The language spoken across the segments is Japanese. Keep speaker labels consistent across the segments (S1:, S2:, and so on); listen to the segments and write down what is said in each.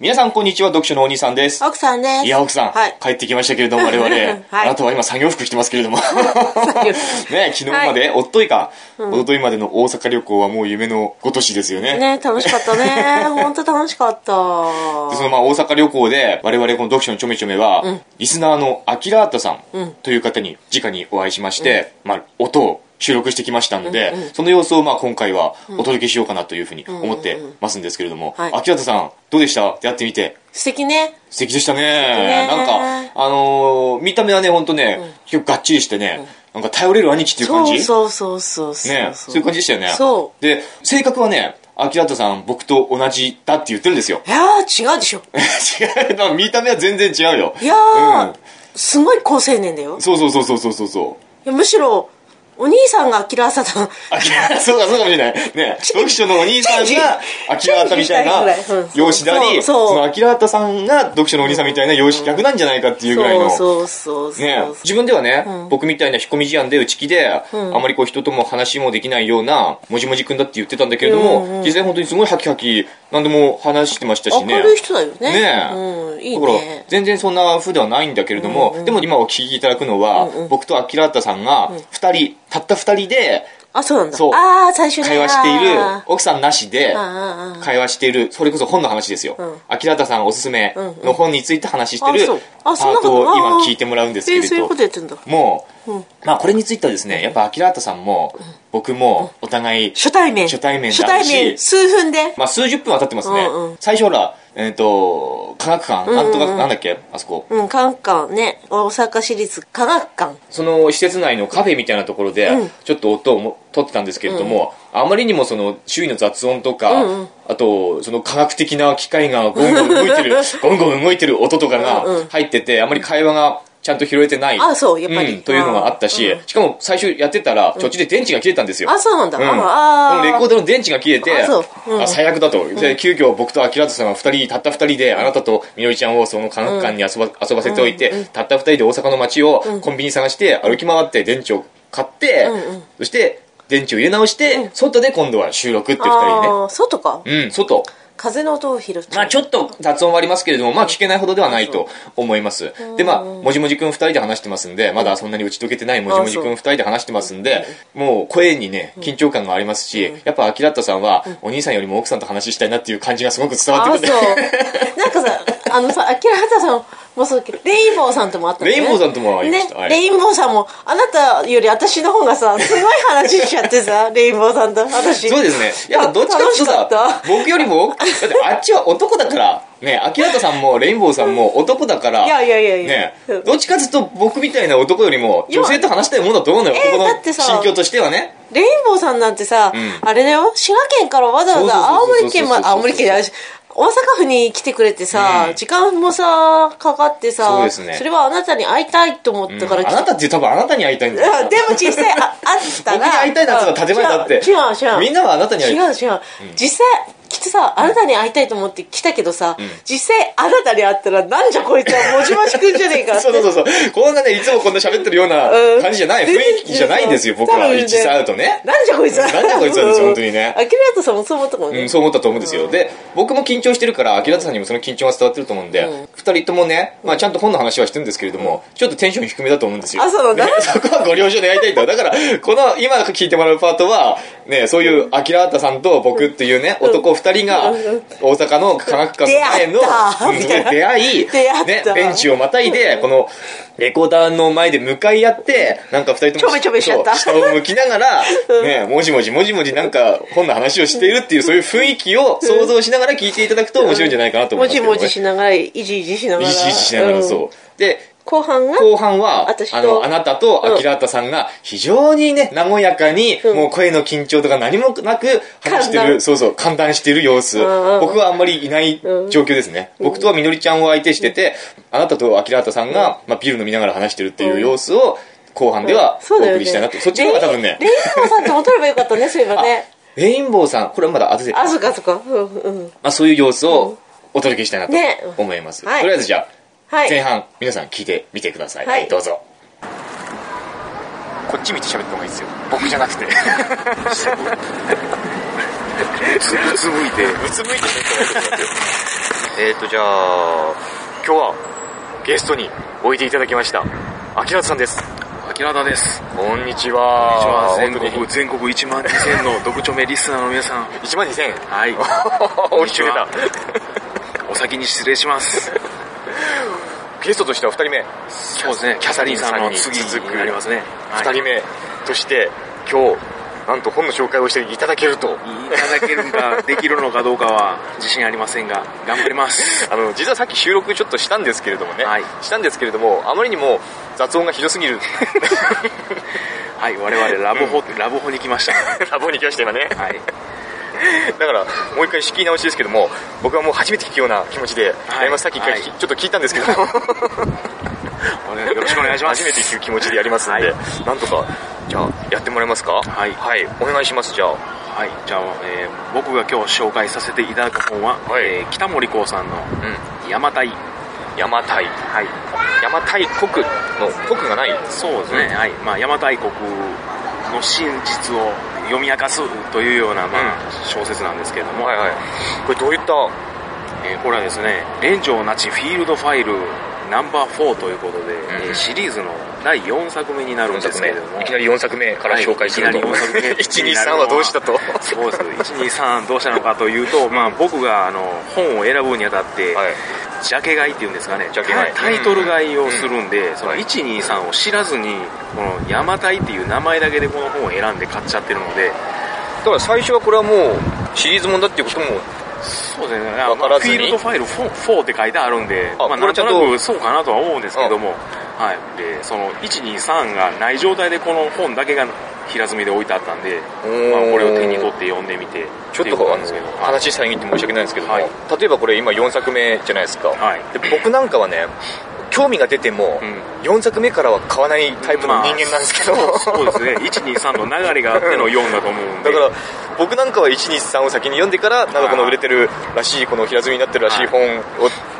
S1: 皆さんこんにちは、読書のお兄さんです。
S2: 奥さんです。
S1: いや、奥さん、
S2: はい
S1: 帰ってきましたけれども、我々、
S2: はい
S1: あなたは今作業服着てますけれど も。ね、昨日まで、おっといか、おとといまでの大阪旅行はもう夢のごとしですよね。
S2: ね、楽しかっ たね。本当楽しかっ
S1: で
S2: た。
S1: そのまあ大阪旅行で我々この読書のちょめちょめは、リスナーのアキラータさんという方に直にお会いしまして、まあ、音を収録してきましたので、その様子をまあ今回はお届けしようかなというふうに思ってますんですけれども、
S2: はい
S1: アキラータさんどうでしたやってみて
S2: 素敵ね。
S1: 素敵でしたね
S2: ね
S1: なんかあのー見た目はね本当ね、結構がっちりしてね、なんか頼れる兄貴っていう感じ
S2: そうそうそうそうそう。
S1: ね、そういう感じでしたよね
S2: そ
S1: で性格はねアキラータさん僕と同じだって言ってるんですよ
S2: いやー、違うでしょ。
S1: 違うの見た目は全然違うよ
S2: いや
S1: う
S2: ー
S1: ん、
S2: すごい好青年だよ。
S1: そうそうそうそうそうそうそう
S2: いやむしろ、お兄さんがアキラーサ さん。
S1: あきらそうかそうかもしれないね読書のお兄さんがアキラータみたいな
S2: ちょいちょい
S1: 容姿であり
S2: そうそう
S1: そのアキラータさんが読書のお兄さんみたいな容姿逆なんじゃないかっていうぐらいの
S2: そうそうそうそう。
S1: ね、自分ではね、僕みたいな引っ込み思案で内気で、あまりこう人とも話もできないようなもじもじくんだって言ってたんだけれども、実際本当にすごいハキハキ何でも話してましたしね
S2: 明るい人だよね。
S1: ねえ
S2: うん、いい
S1: だから
S2: ね。
S1: 全然そんな風ではないんだけれども、でも今お聞きいただくのは、僕とアキラータさんが2人たった2人で
S2: あ、そうなんだ。
S1: そう
S2: ああ、最初ね。
S1: 会話している
S2: あ
S1: 奥さんなしで
S2: ーあー、あー
S1: 会話しているそれこそ本の話ですよ、
S2: ん
S1: アキラータさんおすすめの本について話してる
S2: あそう
S1: パ
S2: あそんな
S1: ー
S2: こと
S1: トを今
S2: あー
S1: 聞いてもらうんですけ
S2: え
S1: れ
S2: ー、そういう
S1: ど
S2: ことやってんだ。
S1: もう、まあこれについてはですねやっぱアキラータさんも僕もお互い、
S2: 初対面。
S1: 初対面
S2: 初
S1: だ
S2: 対
S1: し
S2: 面。数分で。
S1: まあ、数十分は経ってますね、
S2: うんうん
S1: 最初ほらえっ、と科学館、なんとかなんだっけあそこ
S2: うん、カンカンね。大阪市立科学館。
S1: その施設内のカフェみたいなところで、ちょっと音をも取ってたんですけれども、あまりにもその周囲の雑音とか、あとその科学的な機械がゴンゴン動いてるゴンゴン動いてる音とかが入ってて、あまり会話がちゃんと拾えてない
S2: あそうやっぱり
S1: んというのがあったし、しかも最初やってたら途中で電池が切れたんですよ、
S2: あ、そうなんだ。
S1: うん、こ
S2: あ
S1: のレコードの電池が切れて
S2: あそううん
S1: あ最悪だとで急遽僕とアキラとさんは2人たった2人であなたとみのりちゃんをその科学館に遊ば,、遊ばせておいて、たった2人で大阪の街をコンビニ探して歩き回って電池を買って、そして電池を入れ直して、外で今度は収録って2人
S2: あー外か。
S1: でねうん外
S2: 風の音を拾って。
S1: まあちょっと雑音はありますけれども、まあ聞けないほどではないと思います。で、まあ、もじもじくん二人で話してますんで、まだそんなに打ち解けてないもじもじくん二人で話してますんで、もう声にね、緊張感がありますし、やっぱアキラッタさんは、お兄さんよりも奥さんと話したいなっていう感じがすごく伝わ
S2: あ
S1: っ
S2: ー、
S1: て
S2: そ
S1: くるんで、
S2: う。 なんかさ、あのさ、秋葉原さんもそうだけど、レインボーさんともあったんだよ
S1: レ
S2: ね
S1: インボーさんとも会いま
S2: ね
S1: したはい
S2: レインボーさんも、あなたより私の方がさ、すごい話しちゃってさ、レインボーさんと 私。
S1: そうですね。やっぱどっちかというとさ
S2: 楽しかっ、
S1: 僕よりも、だってあっちは男だから、ね、アキラッタさんもレインボーさんも男だから、
S2: いやいやいやいや
S1: ね
S2: うん、
S1: どっちかというと僕みたいな男よりも、女性と話したいものだと思うのよ、
S2: いや
S1: 男
S2: えーだっ
S1: の
S2: てさ
S1: 心境としてはね。
S2: レインボーさんなんてさ、
S1: ん
S2: あれだよ、滋賀県からわざわざ
S1: そうそ
S2: 青
S1: うそうそう
S2: 森県まで、青森県じゃない大阪府に来てくれてさ、
S1: うん
S2: 時間もさ、かかってさ
S1: そうですね
S2: れはあなたに会いたいと思ったから来
S1: あ
S2: た、
S1: なたって多分あなたに会いたいんだよ
S2: うんでも実際 ああった
S1: 僕
S2: ら
S1: に会いたいなってのは建前だって
S2: 違う違う違う
S1: みんなはあなたに会い
S2: 違
S1: たいう
S2: 違う、実際来てさあなたに会いたいと思って来たけどさ、実際あなたに会ったらなんじゃこいつはもじもじくんじゃねえか
S1: そうそうそうそうこんなねいつもこんな喋ってるような
S2: うん
S1: 感じじゃない、雰囲気じゃないんですよ
S2: 全
S1: 僕
S2: 然
S1: は
S2: そう
S1: 一致会うとね
S2: なんじゃこいつは
S1: なんじゃこいつはですよ本当にね
S2: アキラートさんもそう思ったもんね、
S1: うん、そう思ったと思うんですよ、で僕も緊張してるから明田さんにもその緊張が伝わってると思うんで、二人ともね、まあ、ちゃんと本の話はしてるんですけれども、ちょっとテンション低めだと思うんですよ
S2: あそうなんだ
S1: ねそこはご了承願いたいとだからこの今聞いてもらうパートは、ね、そういう明田さんと僕っていうね男二人が大阪の科学館の前の
S2: 出会った
S1: うん出会い
S2: 出会っ
S1: ね、
S2: た
S1: ベンチをまたいでこのレコーダーの前で向かい合ってなんか二人とも
S2: ちょめちょめしちゃった
S1: そう下を向きながら、ね、もじもじもじもじなんか本の話をしているっていうそういう雰囲気を想像しながら聞いていただくと面白いんじゃないかなと思い
S2: も
S1: ますけ
S2: じ
S1: ど、ね。
S2: もじしながらいじいじしながら
S1: いじいじしながら
S2: うん
S1: そう。で、
S2: 後半が
S1: 後半は、
S2: 私と
S1: あの、あなたと、
S2: うん
S1: アキラータさんが、非常にね、和やかに、
S2: うん
S1: もう声の緊張とか何もなく、話して
S2: 歓
S1: る、
S2: 談
S1: そうそう、歓談してる様子。
S2: んうんうん
S1: 僕はあんまりいない
S2: うん
S1: 状況ですね。僕とはみのりちゃんを相手してて、あなたとアキラータさんが、まあ、ビール飲みながら話してるっていう様子を、後半では、
S2: そ
S1: お
S2: うだよ
S1: 送
S2: ね
S1: りしたいなと。そっちの方が多分ね
S2: レイ、レインボーさんと戻ればよかったねそういえばね
S1: レインボーさん、これはまだ後で、ま
S2: あそっかそっかうんうん
S1: あ、そういう様子をお届けしたいなと
S2: ね
S1: 思います。
S2: はい
S1: とりあえずじゃあ、
S2: はい
S1: 前半皆さん聞いてみてください、
S2: はい
S1: はいどうぞこっち見て喋った方がいいですよ僕じゃなくて う
S3: うつむいて
S1: つむいて喋った方がいいですよえっ、ー、とじゃあ今日はゲストにおいでいただきました秋田さんです
S3: 秋田です
S1: こんにちは
S3: こんにちは全国全国1万2000の 読著名リスナーの皆さん
S1: 1万2000
S3: はい
S1: おいしだ
S3: お先に失礼します
S1: ゲストとしては2人目
S3: そうですねキャサリンさんの次になりますね、
S1: 2人目として今日なんと本の紹介をしていただけると
S3: いただけるかできるのかどうかは自信ありませんが頑張ります
S1: あの実はさっき収録ちょっとしたんですけれどもね、はい、したんですけれどもあまりにも雑音がひどすぎる
S3: はい我々ラブホ、うん、ラブホに来ました
S1: ラブホに来ました今ね、はい、だからもう一回仕切り直しですけども僕はもう初めて聞くような気持ちで、はい、さっき一回、はい、ちょっと聞いたんですけど
S3: よろしくお願いしま す
S1: 初めて聞く気持ちでやりますんで、はい、なんとかじゃあやってもらえますか
S3: はい、
S1: はい、お願いしますじゃあ
S3: はいじゃあ、えー、僕が今日紹介させていただく本は、はい、えー、北森光さんの「邪馬台」
S1: 邪馬台
S3: はい
S1: 邪馬台国の国がない
S3: そうですね、うん、はいまあ邪馬台国の真実を読み明かすというような、まあ、うん、小説なんですけれども、
S1: はいはい、これどういった、
S3: えー、これはですね「連城那智フィールドファイルナンバー4ということで、うん、シリーズの第4作目になるんですけれども
S1: いきなり4作目から紹介する と、はい、123はどうした と
S3: そうです123どうしたのかというと、まあ、僕があの本を選ぶにあたって、はい、ジャケ買いっていうんですかね
S1: ジャケ買い
S3: タイトル買いをするんで、うん、その123を知らずにこの「山台」っていう名前だけでこの本を選んで買っちゃってるので
S1: だから最初はこれはもうシリーズもんだっていうことも
S3: そうですね、まあ、フィールドファイル 4, 4って書いてあるんで、あまあ、なんとなくそうかなとは思うんですけども、はい、でその123がない状態でこの本だけが平積みで置いてあったんで、まあ、これを手に取って読んでみて
S1: ちょっとっですけど、話遮って申し訳ないんですけども、はい、例えばこれ今4作目じゃないですか、
S3: はい、
S1: で僕なんかはね興味が出ても、うん、4作目からは買わないタイプの人間なんですけど、
S3: まあ、そうですね123の流れがあっての4だと思うん
S1: でだから僕なんかは123を先に読んでからなんかこの売れてるらしいこの平積みになってるらしい本を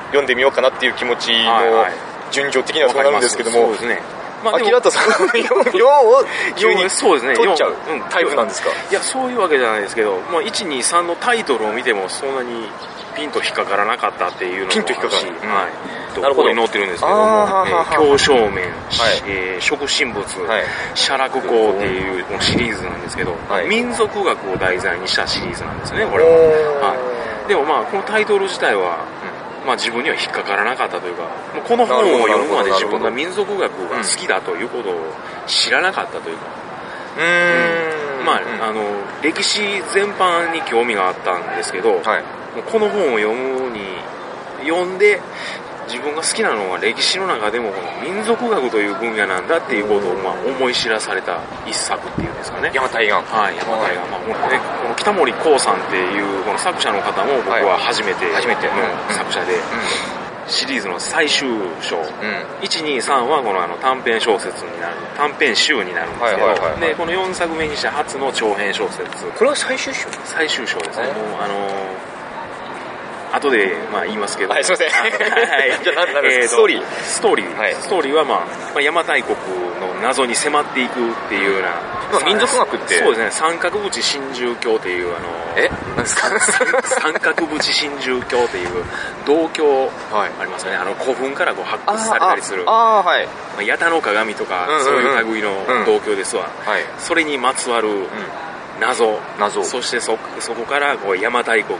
S1: 読んでみようかなっていう気持ちの順序的にはそうなるんですけども、
S3: そうですね
S1: まあ、明らとさんの 4, 4を急に
S3: そうですね
S1: 取っちゃう、うん、タイプなんですか
S3: いやそういうわけじゃないですけど、まあ、123のタイトルを見てもそんなにピンと引っかからなかったっていうのも
S1: ピンと引っかかる、
S3: うん、はい、なるほどここに載ってるんですけども「強、えー、正面」はいえー「食神仏」はい「写楽校」っていうシリーズなんですけど、はい、民族学を題材にしたシリーズなんですねこれは、はい、でもまあこのタイトル自体は、まあ、自分には引っかからなかったというかこの本を読むまで自分が民族学が好きだということを知らなかったというか
S1: うん
S3: まあ、あの歴史全般に興味があったんですけど、はい、この本を読むに読んで自分が好きなのは歴史の中でもこの民族学という分野なんだっていうことをまあ思い知らされた一作っていうんですかね
S1: 山大岩
S3: はい山大岩、はい、まあこれね、この北森光さんっていうこの作者の方も僕は初めて、はい、
S1: 初めての
S3: 作者で、うん、シリーズの最終章、うん、123はこのあの短編小説になる短編集になるんですけど、はいはいはいはい、でこの4作目にして初の長編小説
S1: これは最終章
S3: 最終章ですね、もうあのー後で、まあ、言いますけど。
S1: はい、すいません。はい 。じゃあ、なんです
S3: か、ストーリー。ストーリー。はい、ストーリーは、まあ、まあ、邪馬台国の謎に迫っていくっていうような。
S1: まあ、民族学って
S3: そうですね。三角淵真珠教っていう、あの、
S1: えなんですか
S3: 三角淵真珠教っていう、道教、はい、ありますよね。あの、古墳からこう発掘されたりする。
S1: ああ、はい。
S3: まあ、八田の鏡とか、うんうんうん、そういう類の道教ですわ。うん、はい。それにまつわる、謎。
S1: 謎。
S3: そしてそ、そこから、こう、邪馬台国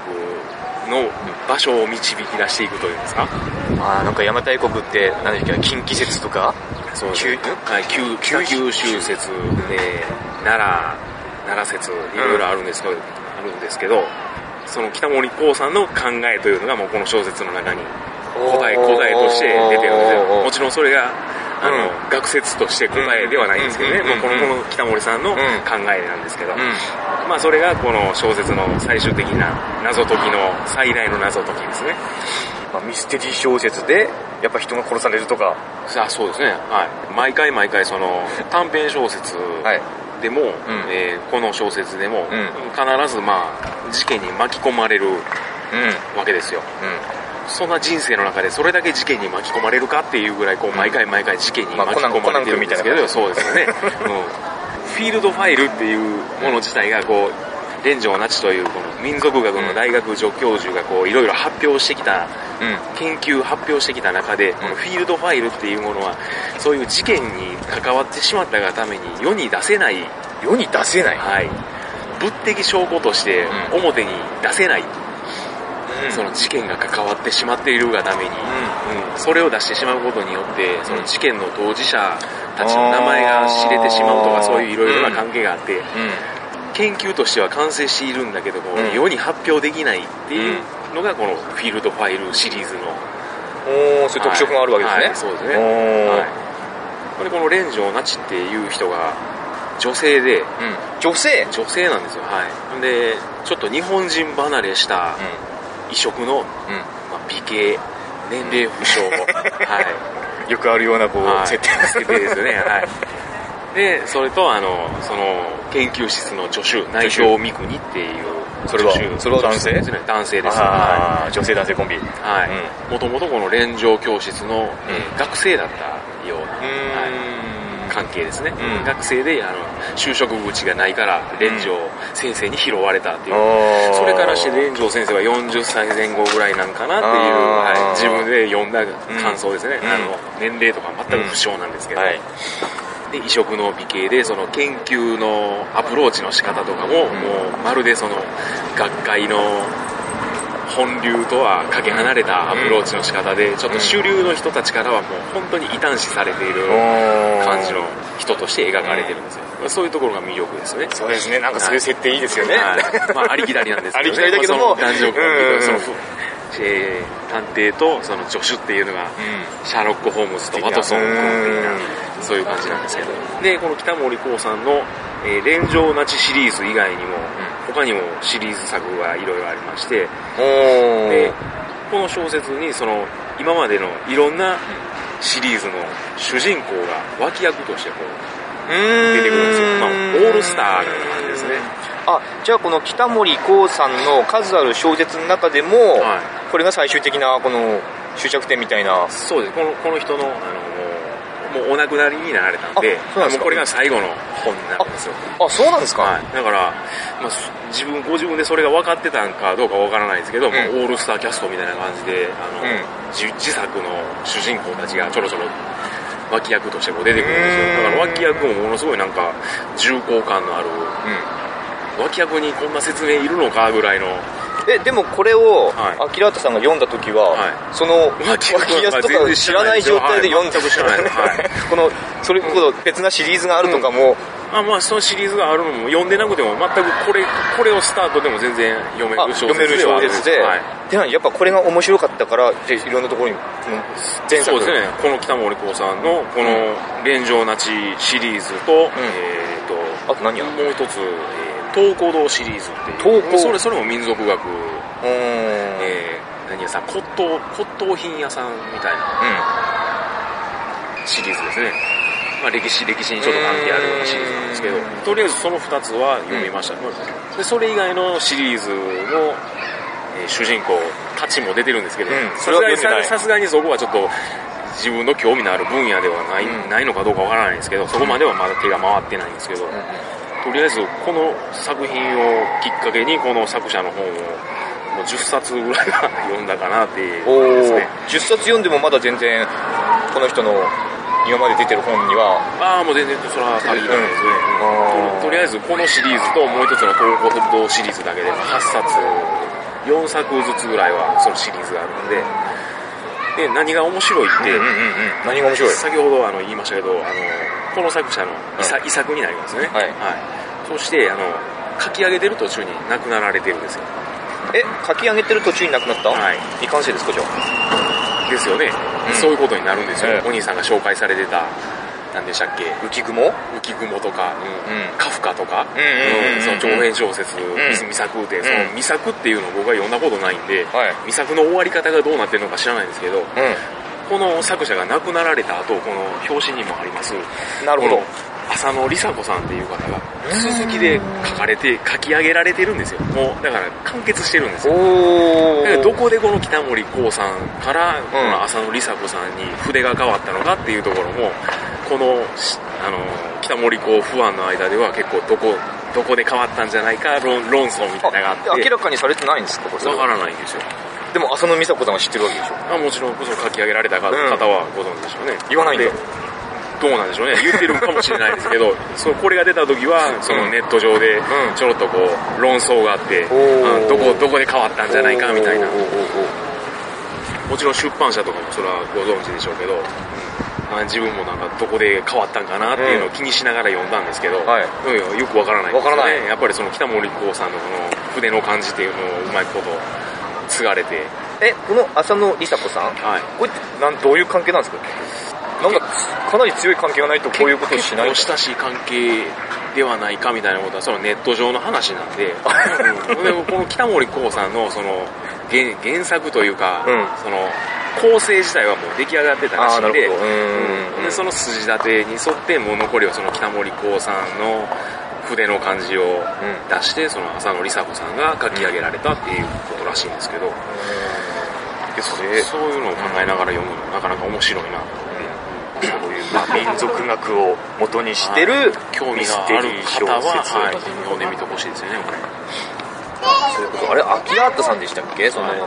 S3: の場所を導き出していくというんですか、
S1: まあなんか邪馬台国って何でしたっけ近畿説とか
S3: そうですね、はい、九九州説で、奈良奈良説いろいろあるんですけど、うん、あるんですけどその北森光さんの考えというのがもうこの小説の中に答え答えとして出てるんですよもちろんそれがあの、うん、学説として答えではないんですけどね、うんうん、まあ、このこの北森さんの考えなんですけど、まあ、それがこの小説の最終的な謎解きの最大の謎解きですね、
S1: まあ、ミステリー小説でやっぱ人が殺されるとか
S3: あそうですねはい毎回毎回その短編小説でも、はい、えー、この小説でも、必ずまあ事件に巻き込まれるわけですよ、そんな人生の中でそれだけ事件に巻き込まれるかっていうぐらいこう毎回毎回事件に巻き込まれてるんですけど、そうですよね、うん、フィールドファイルっていうもの自体がこう連城那智というこの民族学の大学助教授がこういろいろ発表してきた研究発表してきた中でこのフィールドファイルっていうものはそういう事件に関わってしまったがために世に出せない、
S1: 世に出せない、
S3: はい、物的証拠として
S1: うん
S3: 表に出せない、そ
S1: その
S3: の事件が関わってしまっているがために、うんそれを出してしまうことによってその事件の当事者たちの名前が知れてしまうと
S1: あー
S3: かそういういろいろな関係があって、
S1: うん
S3: 研究としては完成しているんだけども、
S1: うん
S3: 世に発表できないっていうのがこのフィールドファイルシリーズの
S1: おーそういう特色があるわけですね、
S3: はいはいそうですね、
S1: おー
S3: はい、これこの連城那智っていう人が女性で
S1: うん、女性、
S3: 女性なんですよはいでちょっと日本人離れした異色
S1: うん
S3: の、
S1: うん
S3: まあ、美形年齢不詳 はい
S1: よくあるようなこう、
S3: はい
S1: 設定ですけ
S3: 設
S1: ど
S3: 定ですよねはいでそれとあのその研究室の助手内藤美久にっていう
S1: それは
S3: 助手
S1: それは男性
S3: ですね男性ですは
S1: あー女性男性コンビう
S3: いはいもともとこの連城教室の
S1: ん
S3: 学生だったような、はい関係ですね、
S1: うん
S3: 学生であの就職口がないから連城先生に拾われたっていう、
S1: ー
S3: それからして連城先生は40歳前後ぐらいなんかなっていう、
S1: あー
S3: はい自分で読んだ感想ですね、
S1: うん
S3: あの年齢とか全く不詳なんですけど、
S1: はい
S3: で異色の美形でその研究のアプローチの仕方とかも,、もうまるでその学会の本流とはかけ離れたアプローチの仕方で、ちょっと主流の人たちからはもう本当に異端視されている感じの人として描かれてるんですよ、そういうところが魅力ですね
S1: そうですねなんかそういう設定いいですよね、
S3: はいまあ、ありきたりなんです
S1: あ
S3: けど、ね、
S1: りきたりだけども
S3: まあその男女コンビ
S1: うん
S3: のそのふえー探偵とその助手っていうのが、シャーロック・ホームズとワトソンのコンビ
S1: うん
S3: なそういう感じなんですけどでこの北森光さんの「えー連城那智」シリーズ以外にも、他にもシリーズ作がいろいろありまして
S1: お
S3: でこの小説にその今までのいろんなシリーズの主人公が脇役としてこう出てくるんですよ、まあ、オールスターな感じですね
S1: あじゃあこの北森光さんの数ある小説の中でも、
S3: はい
S1: これが最終的なこの終着点みたいな
S3: そうですこのこの人のあのもうもうお亡くなりになられたんで
S1: あそうなんですか
S3: もうこれが最後の本になるんですよ
S1: あそうなんですか、
S3: はい、だから、まあ、す自分ご自分でそれが分かってたんかどうかわからないですけど、
S1: ん
S3: まあオールスターキャストみたいな感じであの、
S1: う
S3: じ自作の主人公たちがちょろちょろ脇役としてこう出てくるんですよ
S1: う
S3: だ
S1: ん
S3: から脇役もものすごいなんか重厚感のある脇役にこんな説明いるのかぐらいの
S1: えでもこれを、
S3: は
S1: ア
S3: い
S1: キラータさんが読んだ時は、
S3: は
S1: その
S3: 脇
S1: 脇役とか知らない状態で読んだ
S3: 全く知らないですはい
S1: このそれこそ別なシリーズがあるとかも、
S3: あまあそのシリーズがあるのも読んでなくても全くこれこれをスタートでも全然読める
S1: あ
S3: 小説では
S1: 読める小説で、
S3: はい
S1: でやっぱこれが面白かったからでいろんなところにうん前
S3: そ
S1: 作
S3: うですねこの北森光さんのこの「連城なち」シリーズと、えっ、と
S1: あと何や
S3: もう一つ、えー東光堂シリーズっていう
S1: 東光
S3: それそれも民族
S1: う
S3: 学、
S1: ーん、
S3: えー何屋さん骨董骨董品屋さんみたいなシリーズですねまあ、歴史歴史にちょっと関係あるようなシリーズなんですけど
S1: うん
S3: とりあえずその2つは読みました、でそれ以外のシリーズの、えー主人公たちも出てるんですけど
S1: うんそ
S3: さ
S1: れ
S3: す
S1: は読んでな
S3: がに
S1: い
S3: さすがにそこはちょっと自分の興味のある分野ではない,、
S1: うん
S3: ないのかどうかわからないんですけどそこまではまだ手が回ってないんですけ
S1: う
S3: ど、
S1: んうん
S3: とりあえずこの作品をきっかけにこの作者の本をもう10冊ぐらいは読んだかなっていう
S1: お
S3: 感
S1: ー
S3: じです
S1: 10
S3: ね
S1: 冊読んでもまだ全然この人の今まで出てる本には
S3: ああもう全然それは足りないですね、
S1: うんあー
S3: ととりあえずこのシリーズともう一つの東北道シリーズだけで8冊4作ずつぐらいはそのシリーズがあるんでで何が面白いって、
S1: 何が面白い
S3: 先ほどあの言いましたけどあのこの作者の遺作,、遺作になりますね
S1: はい
S3: そしてあの書き上げてる途中に亡くなられてるんですよ
S1: え書き上げてる途中に亡くなった、
S3: はい
S1: 未完成ですかじゃあ
S3: ですよね、
S1: うん
S3: そういうことになるんですよ、
S1: ええ
S3: お兄さんが紹介されてた何でしたっけ
S1: 浮雲うん
S3: 浮雲とか、
S1: うん
S3: カフカとか、
S1: うんうんうんうん
S3: その長編小説、
S1: ん
S3: 未作で、
S1: ん
S3: その未作っていうのを僕は読んだことないんで、
S1: はい
S3: 未作の終わり方がどうなってるのか知らないんですけど、この作者が亡くなられた後この表紙にもあります
S1: なるほど
S3: この浅野梨紗子さんっていう方が続きで書かれて書き上げられてるんですよもうだから完結してるんですよ
S1: お
S3: だから
S1: お
S3: どこでこの北森光さんからこ
S1: うん
S3: の浅野梨紗子さんに筆が変わったのかっていうところもこのしあの北森光ファンの間では結構どこどこで変わったんじゃないか論論争みたいなのがあって
S1: 明らかにされてないんですかこれ
S3: わからないんですよ
S1: でも浅野美佐子さんは知ってるわけでしょ
S3: あもちろんこそ書き上げられた方
S1: うん
S3: はご存知でしょうね、
S1: 言わないんだ
S3: でどうなんでしょうね言ってるかもしれないで すけどそうこれが出た時はそのネット上で
S1: うん
S3: ちょろっとこう論争があって、
S1: ー
S3: うんどこどこで変わったんじゃないかみたいな
S1: おーおーおー
S3: もちろん出版社とかもそれはご存知でしょうけど、あ自分もなんかどこで変わったんかなっていうのを気にしながら読んだんですけど、
S1: はい
S3: うんよくわからないで
S1: わ
S3: すね
S1: からない
S3: やっぱりその北森光さんのこの筆の感じっていうのをうまいこと継がれて、
S1: えこの浅野梨紗子さん
S3: はい、
S1: これってなんどういう関係なんですかなんかかなり強い関係がないとこういうことをしない
S3: 結構親しい関係ではないかみたいなことはそのネット上の話なん でうんでもこの北森光さんのその原原作というか、
S1: うん
S3: その構成自体はもう出来上がってたらしいんで
S1: あーなるほどうーん
S3: でその筋立てに沿ってもう残りはその北森光さんの筆の感じを出して、その浅野梨紗子さんが書き上げられたっていうことらしいんですけど、
S1: です
S3: でそういうのを考えながら読むのなかなか面白いなと
S1: そういうまあ民族学を元にしてる
S3: 興味
S1: ミス
S3: があ
S1: テ
S3: る
S1: リー
S3: 方
S1: 小
S3: は、
S1: 説
S3: はい、読んでみてほしいですよねこれ
S1: それこそあれ秋アートさんでしたっけその、
S3: はい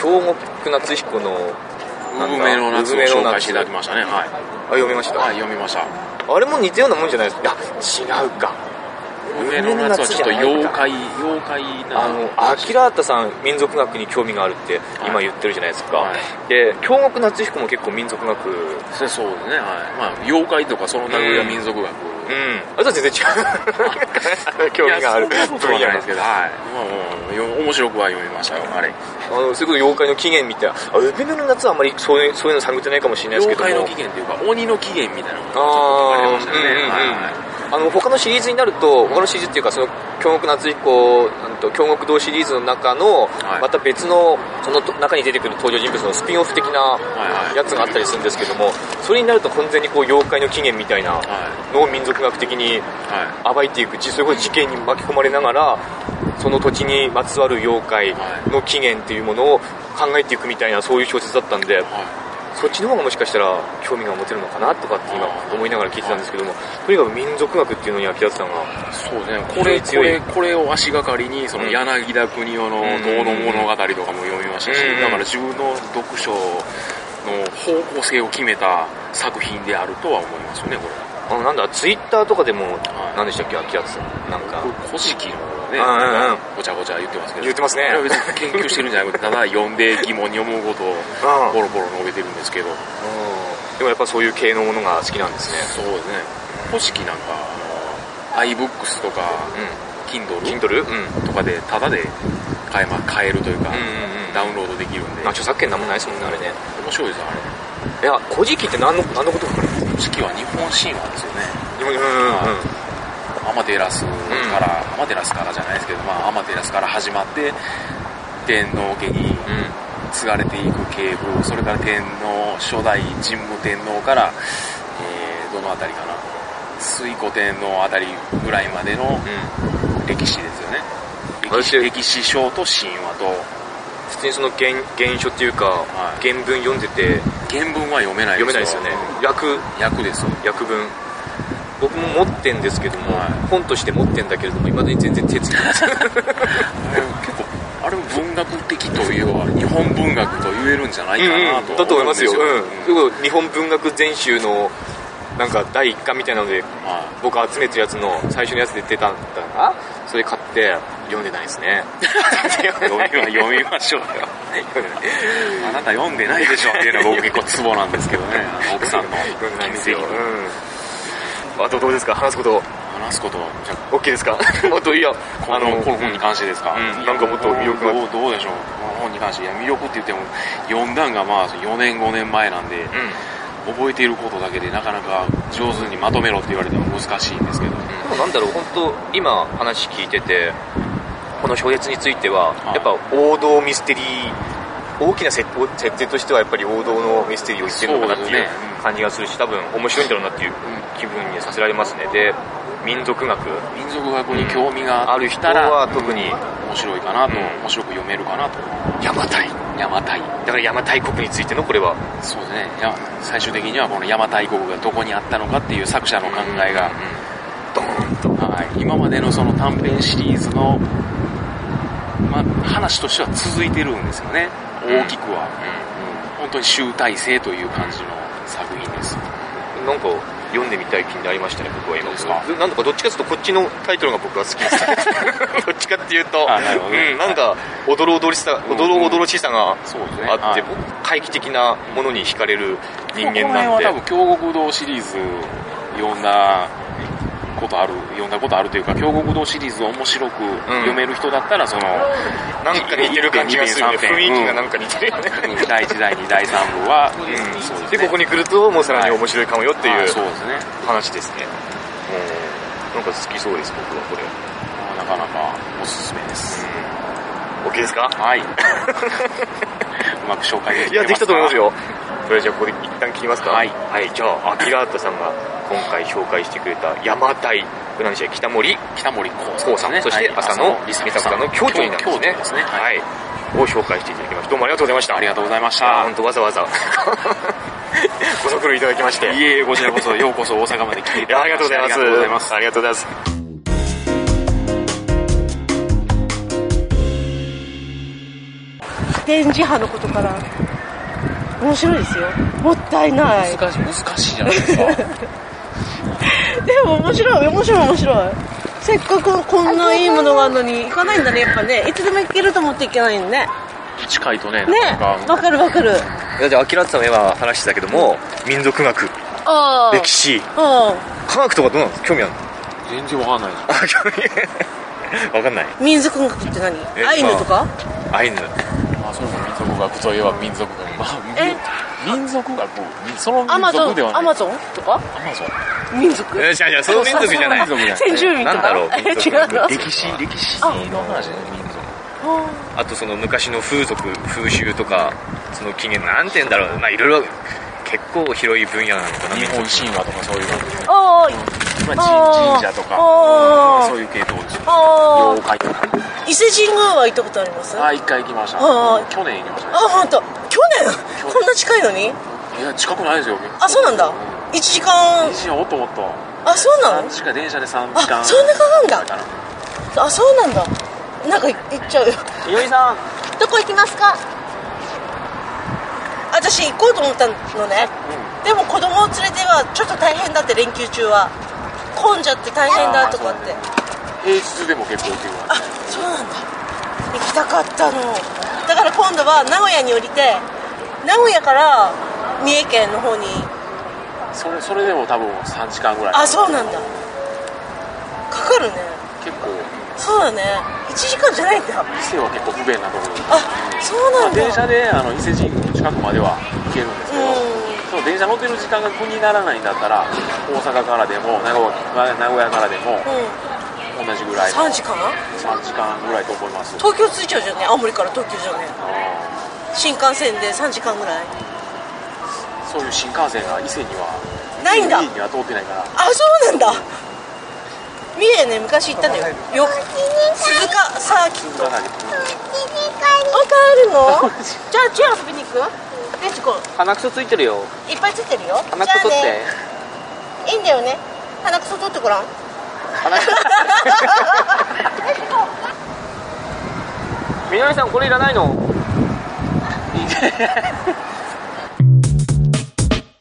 S1: 京極夏彦のなんだ
S3: 産めの夏を
S1: 産め
S3: 紹
S1: の
S3: 介
S1: 夏
S3: していただきましたねはい、
S1: あ読みました、
S3: はい、読みました
S1: あれも似たようなもんじゃないですかいや違うか
S3: 梅の夏はちょっと妖怪妖怪な
S1: あのアキラータさん民族学に興味があるって今言ってるじゃないですか、
S3: はい
S1: で京極夏彦も結構民族学うん
S3: そうそうですねはいまあ妖怪とかその類は民族学
S1: あれとは全然違 う興味がある
S3: いやそんなことは
S1: 分野
S3: ない
S1: が
S3: ですけどはいまあもう面白くは読みましたよあれ
S1: あのそれこそ妖怪の起源みたいなあ海辺の夏はあんまりそういうそういうの探ってないかもしれないです
S3: 妖
S1: けども
S3: 怪の起源というか鬼の起源みたいなのがちょっと書か
S1: あ
S3: れてましたよねはい
S1: あの他のシリーズになると他のシリーズっていうかその京極夏彦うんと京極堂シリーズの中の
S3: はい
S1: また別のその中に出てくる登場人物のスピンオフ的な
S3: はい
S1: やつがあったりするんですけどもそれになると完全にこう妖怪の起源みたいな
S3: は
S1: のを民族学的に
S3: いはい
S1: 暴いていくそれこそ事件に巻き込まれながらその土地にまつわる妖怪の起源っていうものを考えていくみたいなそういう小説だったんで
S3: はい
S1: そっちの方がもしかしたら興味が持てるのかなとかって今思いながら聞いてたんですけどもとにかく民族学っていうのに秋田さんが
S3: そうね、これ、こ
S1: 強い
S3: れ、これを足がかりに、その
S1: うん
S3: 柳田国男の
S1: うん
S3: 道の物語とかも読みましたし
S1: うん、
S3: だから自分の読書の方向性を決めた作品であるとは思いますよね、これ。
S1: あのなんだツイッターとかでも何でしたっけ秋田さんなんか
S3: 古事記の
S1: うんうんうん
S3: ね、なんかごちゃごちゃ言ってますけど。
S1: 言ってますね
S3: あれは別に研究してるんじゃなくて、ただ読んで疑問に思うことを
S1: うん
S3: ボロボロ述べてるんですけど、
S1: でもやっぱそういう系のものが好きなんですね
S3: そうですね、古事記なんか、あの iBooks とか、Kindle
S1: Kindle うん
S3: とかで、ただで買え,、ま、買えるというか、ダウンロードできるんで、
S1: まあ著作権なんもないですもんねあれね
S3: 面白いですよあれ
S1: いや「古事記」って何の何のことか
S3: 時期は日本神話ですよね
S1: うんうんうん
S3: アマテラスから、アマテラスからじゃないですけど、まあ、アマテラスから始まって天皇家に継がれていく系譜それから天皇初代神武天皇から、えーどの辺りかな推古天皇あたりぐらいまでの歴史ですよね歴史
S1: 私
S3: 歴史書と神話と
S1: 普通にその原原書っていうか、
S3: はい
S1: 原文読んでて
S3: 原文は読めない
S1: 読めないですよね訳
S3: 役です
S1: 訳文僕も持ってんですけども、
S3: はい
S1: 本として持ってんだけれどもいまだに全然手つけない
S3: あれ結構あれも文学的というのは日本文学と言えるんじゃないかなと、
S1: だと思いますよ、
S3: う
S1: うん
S3: で
S1: ん、
S3: す
S1: それこそ日本文学全集のなんか第1巻みたいなので
S3: は
S1: 僕集めてるやつの最初のやつで出たんだなそれ買って読んでないですね
S3: い読みま読みましょうよあなた読んでないでしょっていうのは僕結構ツボなんですけどねあの奥さんの
S1: 読んでないんですよ、
S3: 決め手
S1: うん、あとどうですか話すこと
S3: 話すことはじゃ
S1: OK ですか もっといいや
S3: あこのこの本に関してですか、
S1: うんなんかもっと魅力が
S3: どうどうでしょうこの本に関していや魅力って言っても読んだんがまあ4年5年前なんで、覚えていることだけでなかなか上手にまとめろって言われても難しいんですけど、
S1: でもなんだろう本当今話聞いててこの小説については、
S3: い
S1: やっぱ王道ミステリー大きな設設定としてはやっぱり王道のミステリーを言ってるのかなって
S3: そう
S1: いう
S3: ですねうん
S1: 感じがするし多分面白いんだろうなっていう気分にさせられますねで民族学
S3: 民族学に興味が
S1: ある人は特に
S3: 面白いかなと、
S1: うん
S3: 面白く読めるかなと
S1: 邪馬台
S3: 邪馬台
S1: だから邪馬台国についてのこれは
S3: そうですねいや最終的にはこの邪馬台国がどこにあったのかっていう作者の考えが、
S1: ドーンと
S3: はい、今までのその短編シリーズの、まあ、話としては続いてるんですよね大きくは、うん本当に集大成という感じの作品です
S1: なんか読んでみたい気になりましたね僕は今
S3: すか
S1: なんとかどっちかというとこっちのタイトルが僕は好きです どっちかっていうと
S3: あなるほどね
S1: うん、なんかおどろおどろしさおどろおどろしさが
S3: そうですね
S1: あって
S3: はい
S1: 僕怪奇的なものに惹かれる人間
S3: この辺
S1: なん
S3: は
S1: で
S3: 多分京極堂シリーズ読んだことある読んだことあるというか京極堂シリーズを面白く読める人だったらその、
S1: なんか似てる感じがするね
S3: 一点二点
S1: 雰
S3: 三点
S1: 囲気がなんか似てるよね、
S3: 第1第2第3部は、うんそう
S1: でここに来るともうさらに面白いかもよって
S3: あ
S1: いう
S3: そうですね
S1: 話ですね、うん、なんか好きそうです僕はこれ
S3: あなかなかおすすめです、
S1: OK ですか
S3: はい うまく紹介でき
S1: いや、できたと思います
S3: か
S1: よ。それじゃあ、ここで一旦切りますか。
S3: はい
S1: じゃあ、アキラータさんが今回紹介してくれた山台、これ何でしたっけ北森
S3: 北森光
S1: 光さん、そして朝の
S3: リ
S1: リス
S3: スペ
S1: メ
S3: ク
S1: タ
S3: さ
S1: さ
S3: ん
S1: ん
S3: の
S1: の京
S3: 京都
S1: 都
S3: に
S1: に
S3: な
S1: な
S3: る
S1: る
S3: ん
S1: ん
S3: で
S1: ですす
S3: ね
S1: ね。
S3: は
S1: はいい。を紹介していただきまして、どうもありがとうございました。
S3: ありがとうございまし
S1: いや
S3: た
S1: 本当わざわざ ご足労いただきまして。
S3: いえいえこちらこ そようこそ大阪まで来てい
S1: いや
S3: た
S1: あり
S3: だ
S1: が
S3: き
S1: と
S3: ま
S1: う
S3: し
S1: ござ
S3: て
S1: います。
S3: ありがとうございます
S1: ありがとうございます。
S2: 電磁波のことから面白いですよもったいない
S3: 難しい難しいじゃないですか
S2: でも面白い面白い面白いせっかくこんないいものがあるのに行かないんだねやっぱねいつでも行けると思って行けないんねね
S3: 近いとね
S2: わかるわかる
S1: だって、アキラータさんの今話してたけども、民族学、
S2: ああ
S1: 歴史、
S2: う
S1: 科学とかどうなんですか興味あるの
S3: 全然わかんない
S1: あ、興味 わかんない。
S2: ん民族学って何
S1: え
S2: アイヌとか
S1: アイヌ。
S3: あそうか民族学といえば民族学ま
S2: え
S3: あ民民族学その
S2: ア
S3: 民
S2: マゾ
S3: 族では
S2: ン
S3: ない
S2: アマゾンとか
S3: アマゾン
S2: 民族
S1: えじゃあじゃ あその民族じゃない
S3: そうそうそう
S2: 先住民とか
S1: なんだ ろう
S2: え違うの
S1: 歴史歴史
S2: あ
S3: の話だね民族
S2: あ
S1: あとその昔の風俗風習とかその起源なんて言うんだろうまあいろいろ結構広い分野なのかな
S3: 日本神話とかそういうの
S2: あ
S3: まあ
S2: あ
S3: 神
S2: ー
S3: 神社と
S2: あ
S3: か
S2: ー
S3: そういう系統ですよ
S2: あ
S3: 妖怪とか
S2: あ伊勢神宮は行ったことあります
S3: あ
S2: あ
S3: 一回行きました
S2: あー
S3: 去年行きましたね
S2: 本当。去年こんな近いのに
S3: いや近くないですよ
S2: あそうなんだ1時間
S3: 一時おっとおっと
S2: あそうなの
S3: 3時間電車で3時間
S2: あそんなかかん
S3: か
S2: だ
S3: な
S2: あそうなんだなんかい行っちゃうよ
S3: いよいさん
S2: どこ行きますか私行こうと思ったのね、でも子供を連れてはちょっと大変だって連休中は混んじゃって大変だとかって
S3: 平日でも結構行ってく
S2: あそうなんだ行きたかったのだから今度は名古屋に降りて名古屋から三重県の方に
S3: るそれそれでも多分3時間ぐらい
S2: あそうなんだかかるね
S3: 結構
S2: そうだね1時間じゃないんだ
S3: 伊勢は結構不便なところで
S2: あそうな
S3: まあ、
S2: んだ、
S3: 電車であの伊勢神宮の近くまでは行けるんですけど、
S2: う
S3: その電車乗ってる時間が苦にならないんだったら大阪からでも名古屋名古屋からでも
S2: うん、
S3: 同じぐらいの
S2: 3時間
S3: 3時間ぐらいと思います
S2: 東京着いちゃうじゃんね青森から東京じゃんね
S3: あ
S2: 新幹線で3時間ぐらい
S3: ーそういう新幹線が伊勢には
S2: ないんだ
S3: 伊勢には通ってないから
S2: あそうなんだ三重ね昔行ったんだよよ鈴鹿サーキッ
S3: 鈴
S2: ト
S3: 鹿
S2: あ
S3: さんに
S2: 帰るの じゃあチア遊びに行くレッツゴー
S4: 鼻くそついてるよ
S2: いっぱいついてるよ
S4: 鼻くそ取っ
S2: じ
S4: て、
S2: ゃあねいいんだよね鼻くそ取ってご らん
S4: みのりさんこれいらないの